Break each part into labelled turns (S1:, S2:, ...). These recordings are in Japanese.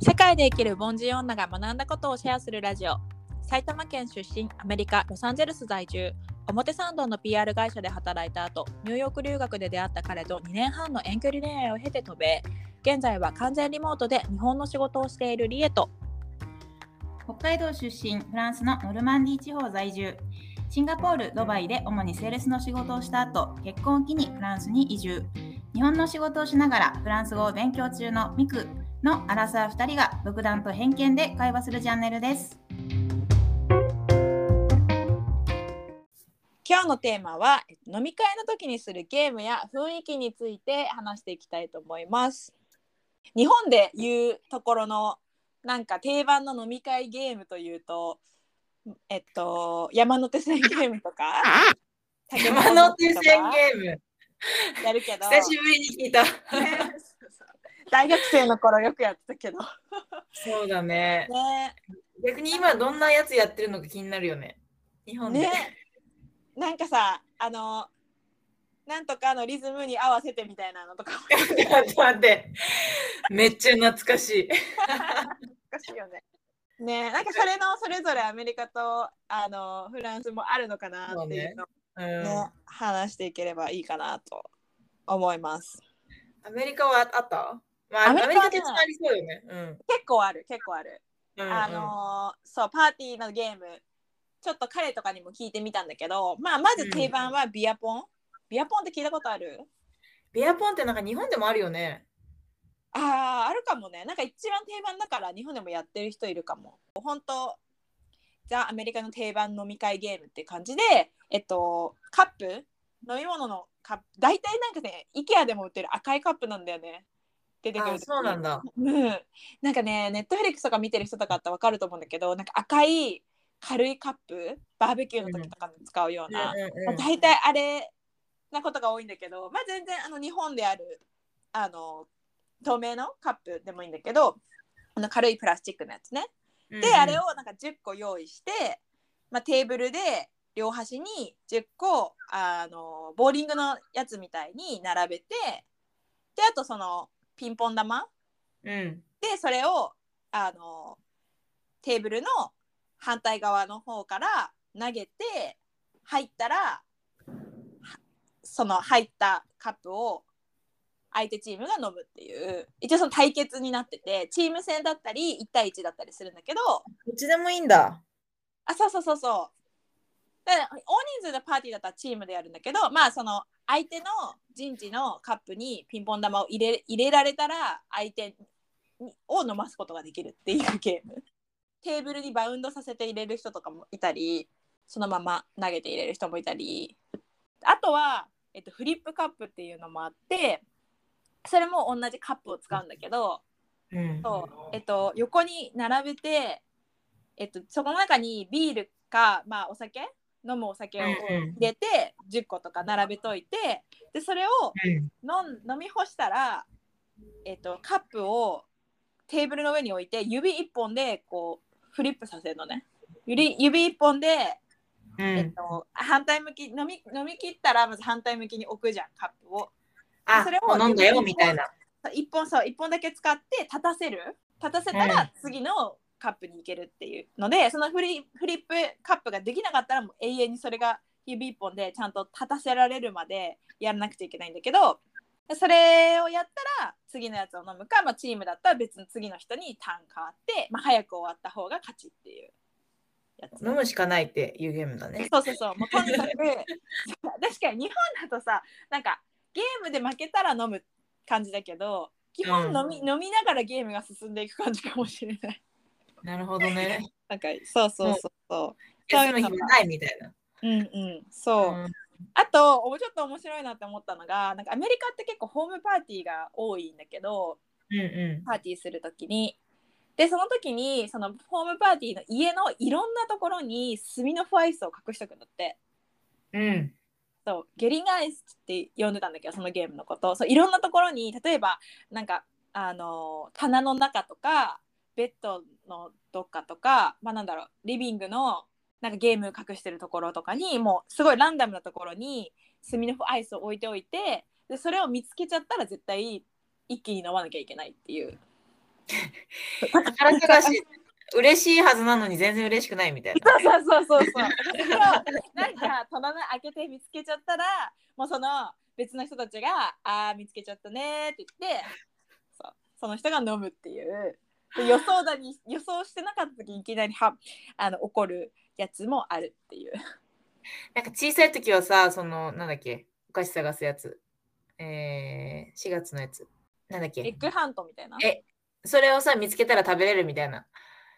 S1: 世界で生きる凡人女が学んだことをシェアするラジオ埼玉県出身アメリカロサンゼルス在住表参道の PR 会社で働いた後ニューヨーク留学で出会った彼と2年半の遠距離恋愛を経て渡米現在は完全リモートで日本の仕事をしているリエと
S2: 北海道出身フランスのノルマンディー地方在住シンガポールドバイで主にセールスの仕事をした後結婚を機にフランスに移住日本の仕事をしながらフランス語を勉強中のミクのアラサー2人が独断と偏見で会話するチャンネルです
S1: 今日のテーマはえっと飲み会の時にするゲームや雰囲気について話していきたいと思います日本でいうところのなんか定番の飲み会ゲームというとえっと山手線ゲームとか
S2: 山手線
S1: ー
S2: ゲーム
S1: ムやるけど
S2: 久しぶりに聞いた
S1: 大学生の頃よくやってたけど
S2: そうだね
S1: ね
S2: 逆に今どんなやつやってるのか気になるよね日本で、
S1: ねなんかさあのなんとかのリズムに合わせてみたいなのとかもやってた
S2: 待って待ってめっちゃ懐かしい
S1: おかしいよね。ねえなんかそれのそれぞれアメリカとあのフランスもあるのかなっていうのを
S2: うん
S1: ね話していければいいかなと思います。
S3: アメリカはあった、まあ、ア
S1: ア
S3: メ
S1: メリ
S3: リ
S1: カはね
S3: カってつまりそうよね。うん。
S1: 結構ある結構ある。
S3: うんうん
S1: あのそうパーティーのゲームちょっと彼とかにも聞いてみたんだけど、まあ、まず定番はビアポン、ビアポンって聞いたことある
S3: ビアポンってなんか日本でもあるよね。
S1: あーあるかもねなんか一番定番だから日本でもやってる人いるかも本当ザ・アメリカの定番飲み会ゲームって感じでえっとカップ飲み物のカップ大体なんかね IKEA でも売ってる赤いカップなんだよね出てくる
S3: あ
S1: 時
S3: そうなんだ。
S1: うん、なんかねネットフリックスとか見てる人とかってわかると思うんだけどなんか赤い軽いカップバーベキューの時とかに使うような、
S3: うん
S1: まあ、大体あれなことが多いんだけど、まあ、全然あの日本であるあの透明のカップでもいいんだけどあの軽いプラスチックのやつね。
S3: うん
S1: で、あれをなんか10個用意して、まあ、テーブルで両端に10個あのボーリングのやつみたいに並べてであとそのピンポン玉
S3: うん。
S1: でそれをあのテーブルの反対側の方から投げて入ったらはその入ったカップを相手チームが飲むっていう一応その対決になっててチーム戦だったり1対1だったりするんだけど
S3: どっちでもいいんだ。
S1: あそうそうそうそうだから大人数のパーティーだったらチームでやるんだけどまあその相手の陣地のカップにピンポン玉を入れ入れられたら相手にを飲ますことができるっていうゲームテーブルにバウンドさせて入れる人とかもいたりそのまま投げて入れる人もいたりあとは、えっと、フリップカップっていうのもあってそれも同じカップを使うんだけど、
S3: うん。
S1: そうえっと、横に並べて、えっと、そこの中にビールか、まあ、お酒飲むお酒を
S3: うん
S1: 入れて、10個とか並べといてでそれを
S3: うん
S1: 飲ん飲み干したら、えっと、カップをテーブルの上に置いて指1本でこうフリップさせるのね。指指1本で、
S3: う
S1: えっ
S3: ん。
S1: と、反対向き飲み飲み切ったらまず反対向きに置くじゃんカップを。
S3: あ
S1: それ、を
S3: もう飲んだよみたいな。
S1: 一本そう一本だけ使って立たせる立たせたら次のカップに行けるっていうので、そのフリフリップカップができなかったらもう永遠にそれが指一本でちゃんと立たせられるまでやらなくちゃいけないんだけどそれをやったら次のやつを飲むか、まあ、チームだったら別の次の人にターン変わって、まあ、早く終わった方が勝ちっていうやつ。
S3: 飲むしかないっていうゲームだね。
S1: そうそうそう、もうとに かく確かに日本だとさ、なんかゲームで負けたら飲む感じだけど、基本飲み,、飲みながらゲームが進んでいく感じかもしれない。
S3: なるほどね。
S1: なんかそうそうそうそそうい
S3: 休
S1: うの
S3: む
S1: が
S3: 暇ないみたいな。
S1: う。うんうん、そう。
S3: うん
S1: あとおちょっと面白いなって思ったのが、なんかアメリカって結構ホームパーティーが多いんだけど、
S3: う
S1: パーティーするときに。でその時にそのホームパーティーの家のいろんなところに炭のフアイスを隠しとくんだって。
S3: んうん。うん。
S1: そうゲリガイスって呼んでたんだけどそのゲームのことそういろんなところに例えばなんかあのー棚の中とかベッドのどっかとか、まあ、なんだろうリビングのなんかゲーム隠してるところとかにもうすごいランダムなところに炭のアイスを置いておいてでそれを見つけちゃったら絶対一気に飲まなきゃいけないっていう
S3: 宝探し、嬉しいはずなのに全然嬉しくないみたいな。
S1: そうそうそうそう。それをなんか棚の開けて見つけちゃったら、もうその別の人たちが、ああ見つけちゃったねって言って、そうその人が飲むっていう。で予想だに予想してなかった時にいきなりはあの怒るやつもあるっていう。
S3: なんか小さい時はさ、その、なんだっけ、お菓子探すやつ。えー、4月のやつ。なんだ
S1: エ
S3: っけ
S1: ッ。グハントみたいな。
S3: え、それをさ、見つけたら食べれるみたいな。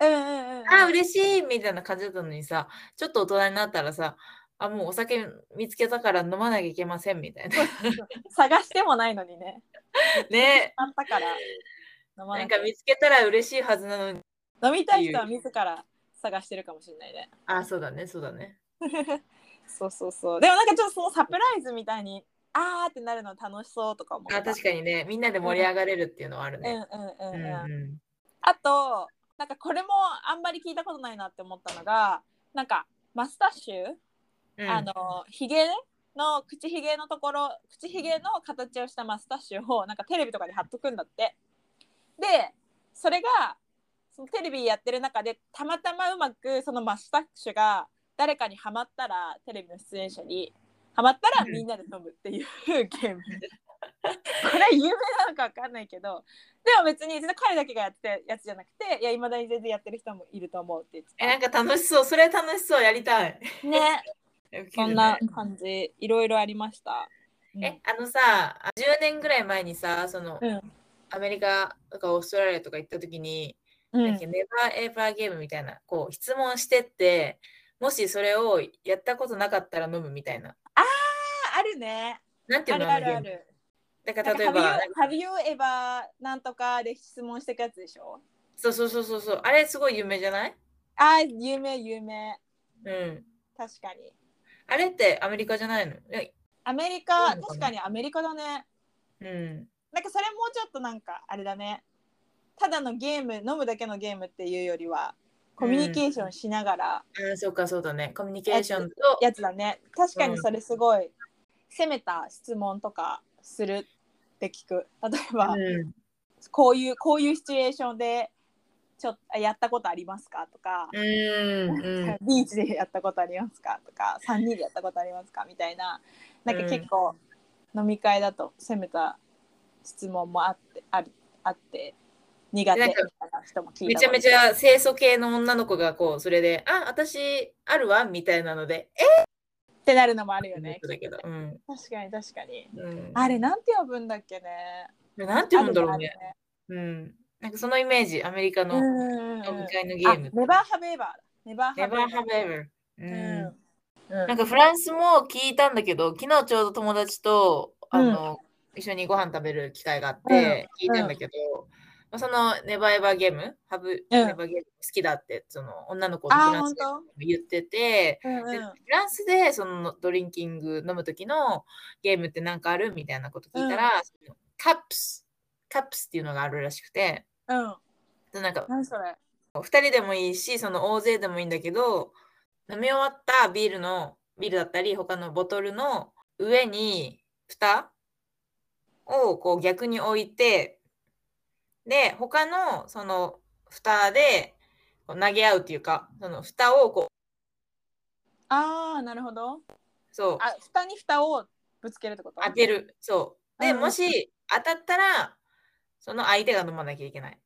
S1: うんうんうん。
S3: あ、嬉しいみたいな感じだったのにさ、ちょっと大人になったらさ、あ、もうお酒見つけたから飲まなきゃいけませんみたいな。
S1: 探してもないのにね。
S3: ね。
S1: あったから。飲ま
S3: な
S1: なんきゃ
S3: か見つけたら嬉しいはずなのに。
S1: 飲みたい人は自ら探してるかもしれないね。
S3: あ、そうだね、そうだね。
S1: そうそうそう。でもなんかちょっとそのサプライズみたいに、あーってなるの楽しそうとか思った
S3: あ、確かにね、みんなで盛り上がれるっていうのはあるね。
S1: うんうんうんん
S3: う
S1: う
S3: う
S1: んん。
S3: うん
S1: あと、なんかこれもあんまり聞いたことないなって思ったのが、なんかマスタッシュ、
S3: うん
S1: あの、ひげの口ひげのところ、口ひげの形をしたマスタッシュをなんかテレビとかに貼っとくんだって。で、それが、そのテレビやってる中でたまたまうまくそのマスタッシュが誰かにハマったらテレビの出演者にハマったら
S3: うん
S1: みんなで飲むっていうゲーム、これ有名なのかわかんないけどでも別に全然彼だけがやってたやつじゃなくていやいまだに全然やってる人もいると思うって言って
S3: え、
S1: た
S3: なんか楽しそう、それ楽しそう、やりたい。
S1: ねそんな
S3: ウケるね
S1: 感じいろいろありました、うん
S3: え、あのさ、あ10年ぐらい前にさ、その、
S1: うん
S3: アメリカとかオーストラリアとか行った時に、
S1: う
S3: なん
S1: ん
S3: かネバーエバーゲームみたいな、こう質問してって、もしそれをやったことなかったら飲むみたいな。
S1: あるね。
S3: なんてい
S1: あ
S3: うの
S1: るあるあ
S3: のゲーム
S1: る。
S3: だか
S1: な
S3: ら
S1: んか
S3: 例えば、なんか
S1: Have you, have you ever なんとかで質問していくやつでしょ
S3: そうそうそうそうそう、あれすごい有名じゃない
S1: あー、有名、有名。
S3: うん。
S1: 確かに。
S3: あれってアメリカじゃないのえ
S1: アメリ
S3: そうな
S1: カ、
S3: のか
S1: 確
S3: な
S1: かにアメリカだね。
S3: うん。
S1: なんかそれもうちょっとなんかあれだね。ただのゲーム、飲むだけのゲームっていうよりは、コミュニケーションしながら
S3: あそうかそうだね。コミュニケーションと、
S1: やつだね。確かにそれすごい、攻めた質問とかするって聞く。例えば、
S3: うん
S1: こういう、こういうシチュエーションで、ちょっとやったことありますかとか、
S3: うんうん
S1: ビーチでやったことありますかとか3人でやったことありますかみたいななんか結構飲み会だと攻めた質問もあってあるあって苦手みたいな人も聞いた
S3: めちゃめ
S1: ゃ
S3: ちゃ清楚系の女の子がこうそれで「あ私あるわ」みたいなので「え
S1: ってなるのもある
S3: っ!」
S1: よね
S3: だけど、うん
S1: 確かに確かに
S3: うん、
S1: あれなんて呼ぶんだっけね
S3: なんて言うんだろう
S1: ある
S3: ね
S1: よ、ね
S3: うん、なんかそのイメージアメリカ
S1: う
S3: の
S1: んうんうん
S3: 飲み会のゲ
S1: あ
S3: ーム
S1: ネバーハブエバーだネバーハ
S3: Never
S1: ブエバ
S3: have ever う
S1: ー
S3: ん
S1: うんうん
S3: なんかフランスも聞いたんだけど昨日ちょうど友達とあの、一緒にご飯食べる機会があって聞いたんだけど、まあそのネバーエバーゲーム、ハブ、ネバーゲーム好きだって、その女の子の
S1: あ
S3: フ
S1: ー
S3: ラン
S1: 本
S3: ス
S1: 当
S3: 人も言ってて、
S1: うんう
S3: で
S1: ん
S3: フランスでそのドリンキング飲む時のゲームって何かあるみたいなこと聞いたら、そのカップスカップスっていうのがあるらしくて
S1: うん
S3: なんか
S1: 何それ
S3: 2人でもいいしその大勢でもいいんだけど飲み終わったビールのビールだったり他のボトルの上に蓋をこう逆に置いてで他のその蓋でこう投げ合うっていうかその蓋をこ
S1: ああなるほど
S3: うそう
S1: あ蓋に蓋をぶつけるってこと
S3: 当てる。そう。で、
S1: うん
S3: もし当たったら、その相手が飲まなきゃいけない。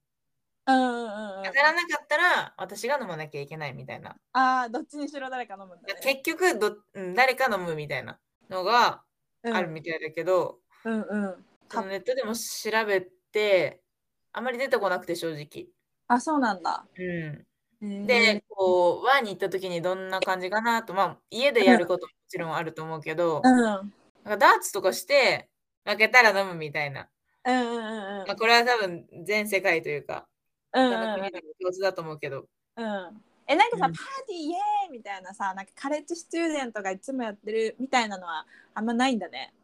S1: うんうんうんうん
S3: 当たらなかったら、私が飲まなきゃいけないみたいな。
S1: ああどっちにしろ誰か飲むんだ、ね、
S3: 結局ど、うん誰か飲むみたいなのが
S1: うん
S3: あるみたいだけど、
S1: うんうん
S3: そのネットでも調べて、あまり出てこなくて正直。
S1: あそうなんだ
S3: うん、
S1: で
S3: で、こう、ワーに行った時にどんな感じかなと、まあ、家でやることももちろんあると思うけど、
S1: うんうん
S3: なんかダーツとかして、負けたら飲むみたいな。
S1: うんうんうん
S3: まあ、これは多分全世界というか、
S1: う
S3: 他の
S1: ん
S3: 国でも共通だと思うけど。
S1: うんえなんかさ、
S3: うん
S1: パーティーイエーイみたいなさなんかカレッジスチューデントがいつもやってるみたいなのはあんまないんだね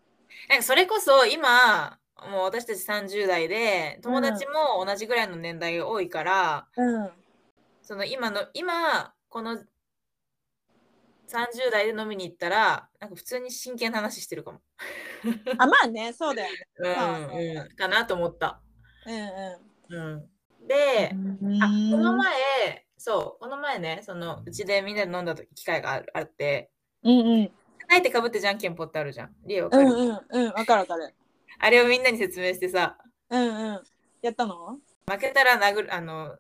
S3: なんかそれこそ今、もう私たち30代で、友達も同じぐらいの年代が多いから、
S1: うん
S3: その今の、今、この30代で飲みに行ったら、なんか普通に真剣な話してるかも。
S1: あまあねそうだよね
S3: うん、
S1: まあ
S3: うん、かなと思った。
S1: うんうん
S3: うん。で、あこの
S1: う
S3: 前そうこの前ねそのうちでみんなで飲んだ時機会があるあって
S1: んうん
S3: 叩いてかぶってじゃんけんぽってあるじゃんリエわ
S1: う
S3: かる、
S1: んうんうんわかるわかる
S3: あれをみんなに説明してさ
S1: うんうんやったの
S3: 負けたら殴るあの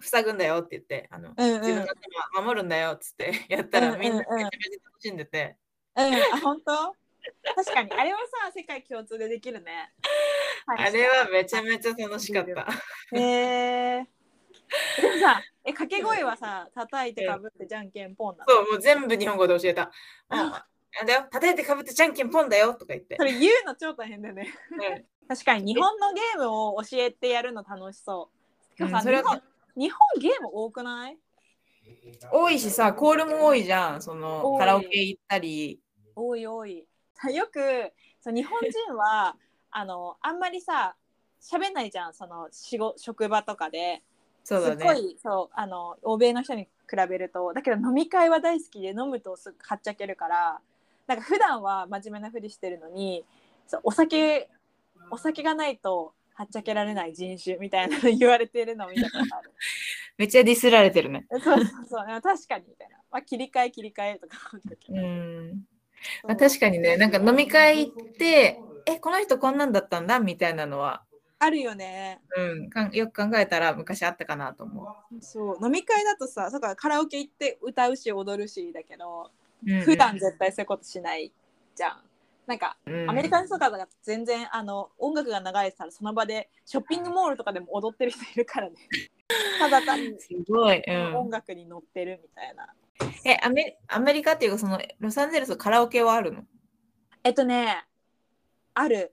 S3: 塞ぐんだよって言ってあの、
S1: うんうん
S3: 自分の手は守るんだよっつって やった
S1: うんう
S3: ら
S1: ん
S3: みんなめち
S1: うん
S3: ゃめちゃ楽しんでて、
S1: うんあ本当確かにあれはさ世界共通でできる ね
S3: あれはめちゃめちゃ楽しかった。
S1: へえでもさえ掛け声はさ叩いてかぶってじゃんけんぽんなの
S3: そう、もう全部日本語で教えた。もう
S1: あ
S3: あれだよ、叩いてかぶってじゃんけんポンだよとか言って
S1: そ。れ言うの超大変だよね
S3: うん
S1: 確かに日本のゲームを教えてやるの楽しそう。て
S3: うん
S1: かさ
S3: それ
S1: 日
S3: は
S1: 本日本ゲーム多くない
S3: 多いしさ、コールも多いじゃん。その
S1: 多い
S3: カラオケ行ったり。
S1: 多い多い。よくそう日本人はあのあんまりさ喋んないじゃんその仕事職場とかで。
S3: そうだ
S1: すっご
S3: ね。
S1: いそうあの欧米の人に比べるとだけど飲み会は大好きで飲むとすぐはっちゃけるからなんか普段は真面目なふりしてるのにそうお酒お酒がないとはっちゃけられない人種みたいなの言われてるのを見たことある。
S3: めっちゃディスられてるね。
S1: そうそうそう、でも確かにみたいな。まあ、切り替え切り替えとか思ったけど。
S3: うん。まあ、確かにね、なんか飲み会行って、え、この人こんなんだったんだみたいなのは、
S1: あるよね。
S3: うん、かんよく考えたら昔あったかなと思
S1: そう、飲み会だとさ、そうかカラオケ行って歌うし踊るしだけど、
S3: う。うん
S1: 普段絶対そういうことしないじゃん。なんかアメリカ
S3: ン
S1: の人とかが全然あの音楽が流れてたらその場でショッピングモールとかでも踊ってる人いる からね。ただ単に
S3: すごい。う
S1: 音
S3: ん、
S1: 楽に乗ってるみたいな。
S3: えアメ、アメリカっていうか、そのロサンゼルスカラオケはあるの
S1: えっとねある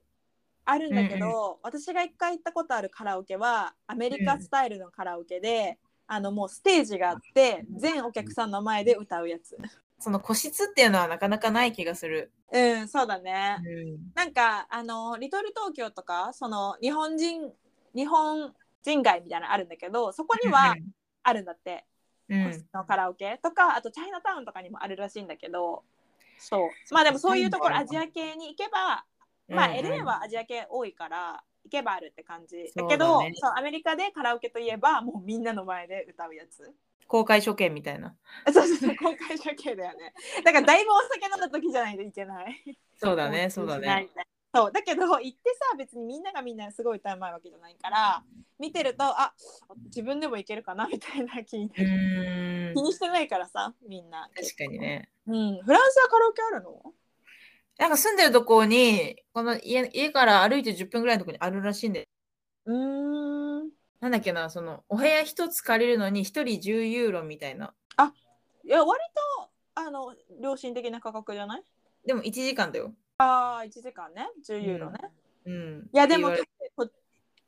S1: あるんだけど、私が一回行ったことあるカラオケはアメリカスタイルのカラオケで、あのもうステージがあって全お客さんの前で歌うやつ。
S3: その個室っていうのはなかなかない気がする。
S1: うんそうだね。
S3: う
S1: なんかあのリトル東京とかその日本人日本人街みたいなのあるんだけどそこにはあるんだって、
S3: うん
S1: 個室のカラオケとかあとチャイナタウンとかにもあるらしいんだけどそうまあでもそういうところアジア系に行けばまあ、LA はアジア系多いから行けばあるって感じだけ
S3: そう
S1: ど
S3: だね
S1: そうアメリカでカラオケといえばもうみんなの前で歌うやつ
S3: 公開処刑みたいな。
S1: そうそうそう公開処刑だよねだからだいぶお酒飲んだ時じゃないといけない
S3: そうだね、そうだね。
S1: そうだけど行ってさ別にみんながみんなすごい歌うまいわけじゃないから見てるとあ自分でもいけるかなみたいな気に
S3: うーん
S1: 気。にしてないからさみんな、
S3: 確かにね。
S1: うん、フランスはカラオケあるの
S3: なんか住んでるとこに、この家家から歩いて10分ぐらいのとこにあるらしいんで、
S1: うーん
S3: なんだっけな、そのお部屋一つ借りるのに1人10ユーロみたいな。
S1: いや割とあの良心的な価格じゃない
S3: でも1時間だよ。
S1: ああ、1時間ね、10ユーロね。
S3: うん。
S1: いや、でも
S3: って言わ
S1: こ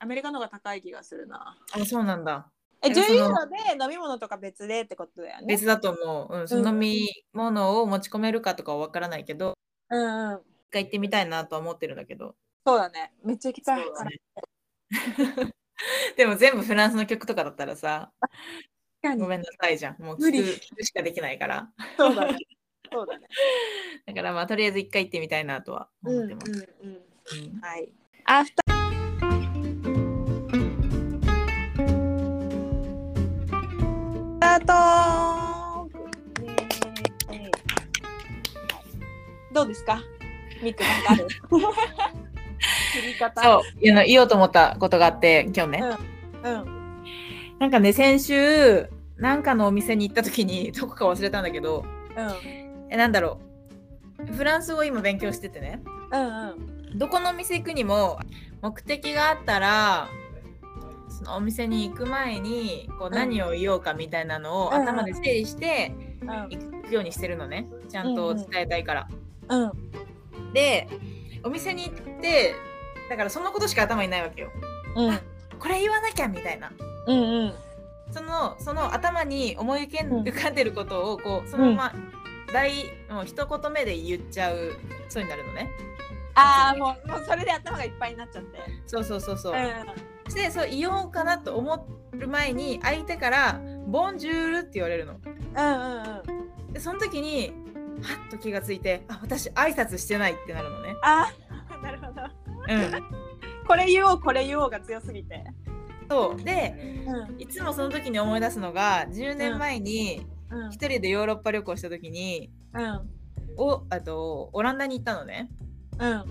S1: アメリカの方が高い気がするな。
S3: れあ、そうなんだ。
S1: え、
S3: え
S1: 10
S3: その
S1: ユーロで飲み物とか別でってことだよね
S3: 別。だと思う。うん、その飲み物を持ち込めるかとかはわからないけど、
S1: うんうん。
S3: 一回行ってみたいなとは思ってるんだけど。
S1: そうだね。めっちゃ行きたい。
S3: そうだね でも全部フランスの曲とかだったらさ、
S1: 確
S3: ご
S1: かに
S3: めんなさいじゃん。もう
S1: 無
S3: 聞く
S1: 理
S3: 聞くしかできないから。
S1: そうだね。そうだね。
S3: だからまあとりあえず一回行ってみたいなとは
S1: うん
S3: 思
S1: うん
S3: って
S1: う
S3: ます。
S1: ん。
S3: うん
S1: はい。アフター。スタートークイエーイはいどうですかミックなんかある切り方
S3: そうあの言おうと思ったことがあって今日ね、
S1: うん。
S3: なんかね先週なんかのお店に行った時にどこか忘れたんだけど
S1: うん。
S3: えなんだろうフランス語を今勉強しててね
S1: うんうん。
S3: どこのお店行くにも目的があったらそのお店に行く前にこう
S1: うん
S3: 何を言おうかみたいなのを
S1: うんうん
S3: 頭で整理して
S1: うん。
S3: 行くようにしてるのねちゃんと伝えたいから。
S1: うん。
S3: でお店に行ってだからそのことしか頭にないわけよ。
S1: うん。
S3: これ言わなきゃみたいな
S1: うん。うん。
S3: そのその頭に思い浮けん
S1: うん
S3: 浮かんでることをこうそのまま、大もう一言目で言っちゃうそうになるのね
S1: ああ、もう、もうそれで頭がいっぱいになっちゃって。
S3: そうそうそうそうう、
S1: ん。
S3: そしてそう言おうかなと思る前に相手から「ボンジュール」って言われるの
S1: うん。うん。うん。
S3: でその時にはっと気がついてあ私挨拶してないってなるのね
S1: ああ、なるほど。
S3: うん
S1: これ言おう、これ言おうが強すぎて。
S3: そうで
S1: うん
S3: いつもその時に思い出すのが10年前に
S1: うん
S3: 一人でヨーロッパ旅行した時に
S1: うん
S3: おあとオランダに行ったのね
S1: うん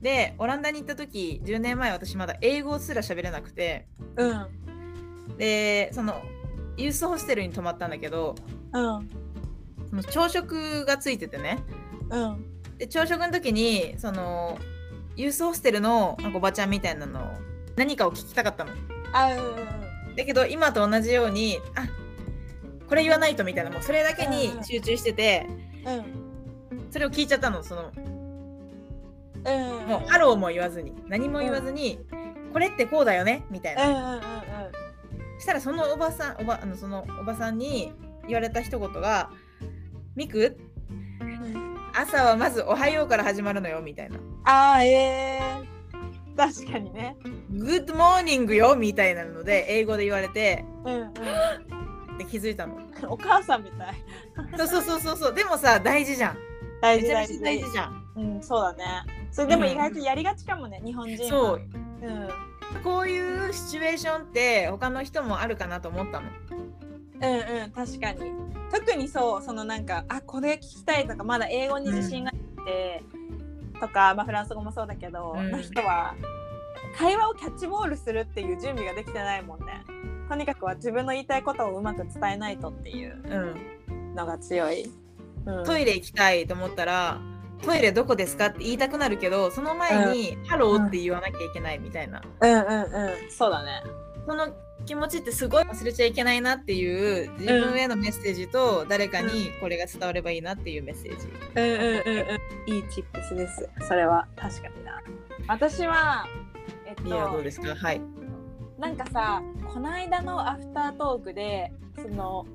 S3: でオランダに行った時10年前私まだ英語すら喋れなくて
S1: うん
S3: でそのユースホステルに泊まったんだけど
S1: うん
S3: その朝食がついててね
S1: うん
S3: で朝食の時にそのユースホステルのなんかおばちゃんみたいなのを何かを聞きたかったの
S1: あうんうん
S3: だけど今と同じようにあこれ言わないとみたいなもうそれだけに集中してて
S1: うん
S3: それを聞いちゃったのその
S1: うんうん
S3: もうハローも言わずに何も言わずに、これってこうだよねみたい
S1: うん
S3: な、
S1: うんうんうん
S3: したらそのおばさんおばあのそのおばさんに言われた一言が「ミク朝はまず「おはよう」から始まるのよみたいな
S1: あーえー、確かにね。
S3: 「グッドモーニングよ」みたいなので英語で言われて
S1: うんうん、
S3: で気づいたの
S1: お母さんみたい。
S3: そうそうそうそうそうでもさ大事じゃん
S1: 大
S3: め
S1: 事
S3: ちゃ
S1: 大
S3: めち
S1: 事
S3: ゃ大事じゃん
S1: うん、そうだね。それでも意外とやりがちかもね、日本人は。
S3: そう
S1: うん。
S3: こういうシチュエーションって他の人もあるかなと思ったの。
S1: うんうん、確かに。特にそう、そのなんか、あ、これ聞きたいとか、まだ英語に自信がなくて、とか、まあフランス語もそうだけど、
S3: うん
S1: の人は、会話をキャッチボールするっていう準備ができてないもんね。とにかくは自分の言いたいことをうまく伝えないとっていう
S3: うん、
S1: のが強い。うん、
S3: トイレ行きたいと思ったら「トイレどこですか?」って言いたくなるけどその前に「ハロー」って言わなきゃいけないみたいな
S1: うんうんうん、そうだね。
S3: その気持ちってすごい忘れちゃいけないなっていう自分へのメッセージと誰かにこれが伝わればいいなっていうメッセージ。
S1: うんうんうんうん。いいチップスです。それは確かにな。私は、えっ
S3: リアはどう
S1: と、
S3: ですかはい。
S1: なんかさ、この間のアフタートークで、その、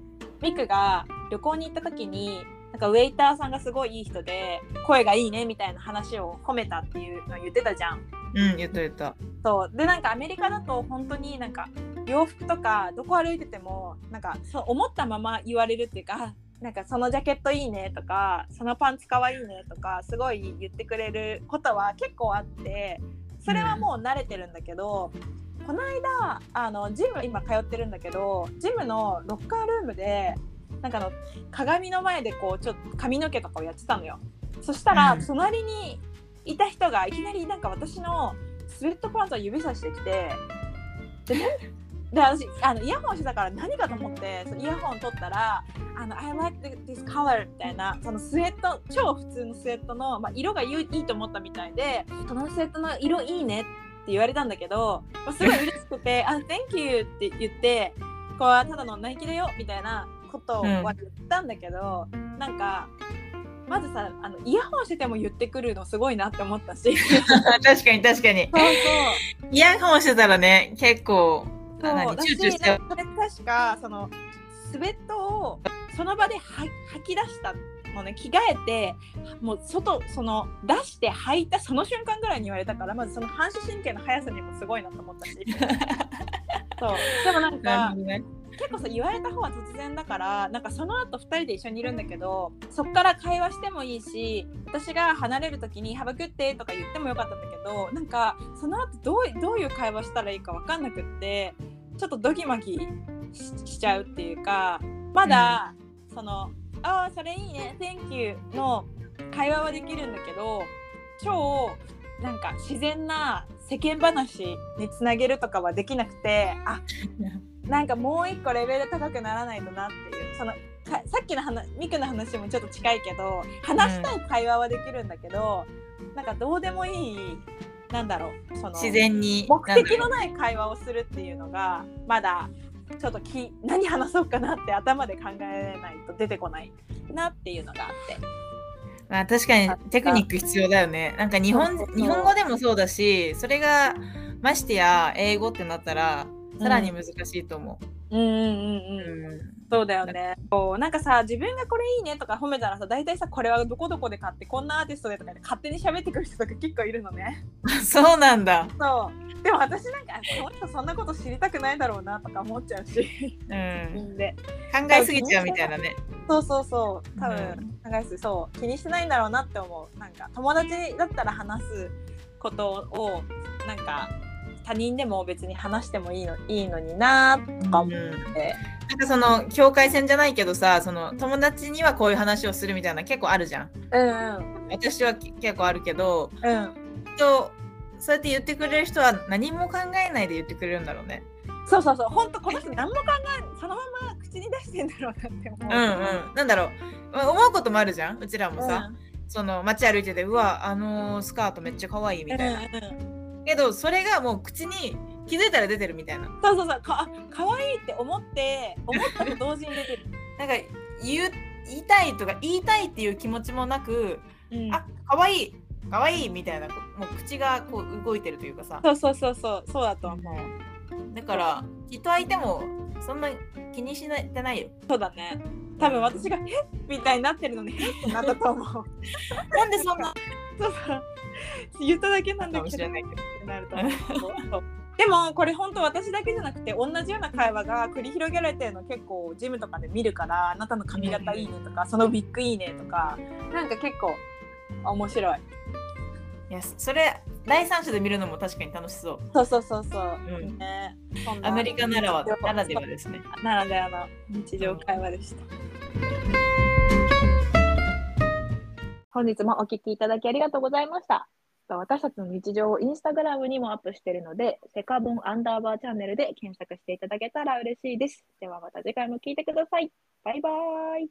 S1: ミクが旅行に行った時に、なんかウェイターさんがすごいいい人で、声がいいねみたいな話を褒めたっていうのを言ってたじゃん。
S3: うん言った言った。
S1: そうでなんかアメリカだと本当になんか洋服とかどこ歩いててもなんかそう思ったまま言われるっていうかあなんかそのジャケットいいねとかそのパンツかわいいねとかすごい言ってくれることは結構あってそれはもう慣れてるんだけど、この間あのジム今通ってるんだけどジムのロッカールームでなんかあの鏡の前でこうちょっと髪の毛とかをやってたのよ。そしたら
S3: うん
S1: 隣にいた人がいきなりなんか私のスウェットパンツを指さしてきてでなで私あのイヤホンしてたから何かと思ってそのイヤホン取ったら「あの I like this color」みたいなそのスウェット超普通のスウェットの、まあ、色がいいいいと思ったみたいで「このスウェットの色いいね」って言われたんだけど、まあ、すごい嬉しくて「あ Thank you」って言って「これはただのナイキだよ」みたいなことを言ったんだけど、なんかまずさあのイヤホンしてても言ってくるのすごいなって思ったしそうそう
S3: 確かに確かに。イヤホンしてたらね結構
S1: そう
S3: 何
S1: だ
S3: 躊躇しちゃう。
S1: なんかそれ確かそのスウェットをその場では吐き出したのね着替えてもう外その出して履いたその瞬間ぐらいに言われたからまずその反射神経の速さにもすごいなと思 ったしそうでもなん
S3: な
S1: か
S3: るほどね。
S1: 結構さ言われた方は突然だからなんかその後2人で一緒にいるんだけどそっから会話してもいいし私が離れる時に「はばくって」とか言ってもよかったんだけどなんかその後どうどういう会話したらいいか分かんなくってちょっとドギマギししちゃうっていうかまだ、その「ああそれいいね Thank you」の会話はできるんだけど超なんか自然な世間話につなげるとかはできなくてあなんかもう一個レベル高くならないとなっていうそのかさっきの話ミクの話もちょっと近いけど話したい会話はできるんだけど、なんかどうでもいいなんだろうその
S3: 自然に。
S1: 目的
S3: な
S1: の
S3: んだろ
S1: ない会話をするっていうのがまだちょっとき何話そうかなって頭で考えないと出てこないなっていうのがあって。
S3: うまあ確かにテクニック必要だよね。なんか日本
S1: そうそう
S3: 日本語でもそうだしそれがましてや英語ってなったらさらに難しいと思
S1: うんうんうん
S3: う。
S1: うん、
S3: うん
S1: そうだよねこうなんかさ自分がこれいいねとか褒めたらさ大体さこれはどこどこで買ってこんなアーティストでとかで勝手に喋ってくる人とか結構いるのね。
S3: そうなんだ。
S1: そうでも私なんかこの人そんなこと知りたくないだろうなとか思っちゃうし
S3: う
S1: み
S3: ん。
S1: んで
S3: 考えすぎちゃうみたいなね。
S1: そうそうそう多分、
S3: う
S1: 考えすぎそう気にしてないんだろうなって思うなんか友達だったら話すことをなんか他人でも別に話してもいいのいいのになとか思って、
S3: なんかその境界線じゃないけどさその友達にはこういう話をするみたいな結構あるじゃん
S1: うん
S3: 私はき結構あるけど
S1: うんうん、
S3: とそうやって言ってくれる人は何も考えないで言ってくれるんだろうね
S1: そうそうそう本当この人何も考えんそのまま口に出してんだろうなって思
S3: う
S1: う。
S3: んうんなんだろうまあ思うこともあるじゃんうちらもさ、その街歩いててうわあのースカートめっちゃ可愛いみ
S1: うん
S3: たいな、
S1: うん
S3: けどそれがもう口に気づいたら出てるみたいな
S1: そうそうそうか可愛いって思って思ったと同時に出てる、
S3: なんか言う言いたいとか言いたいっていう気持ちもなく、
S1: うん
S3: あ可愛い可愛いみたいなこうもう口がこう動いてるというかさ
S1: そうそうそうそうそうだと思う
S3: だからきっと相手もそんな気にしないじゃないよ
S1: そうだね多分私が「えっ?」みたいになってるのに「えっ?」ってなったと思う
S3: なんでそ んな
S1: そうそう言っただけなん
S3: か
S1: だ
S3: も
S1: け
S3: し
S1: ど
S3: れないけど
S1: ってなると思うそうでもこれ本当私だけじゃなくて同じような会話が繰り広げられてるの結構ジムとかで見るからあなたの髪型いいねとかそのビッグいいねとかなんか結構面白い
S3: いやそれ第三者で見るのも確かに楽しそう
S1: そうそうそうそう、
S3: うん
S1: ねそんな
S3: アメリカならは
S1: 日常
S3: ならではですね
S1: ならではの日常会話でした、本日もお聞きいただきありがとうございましたと私たちの日常をインスタグラムにもアップしているのでセカボンアンダーバーチャンネルで検索していただけたら嬉しいですではまた次回も聞いてくださいバイバーイ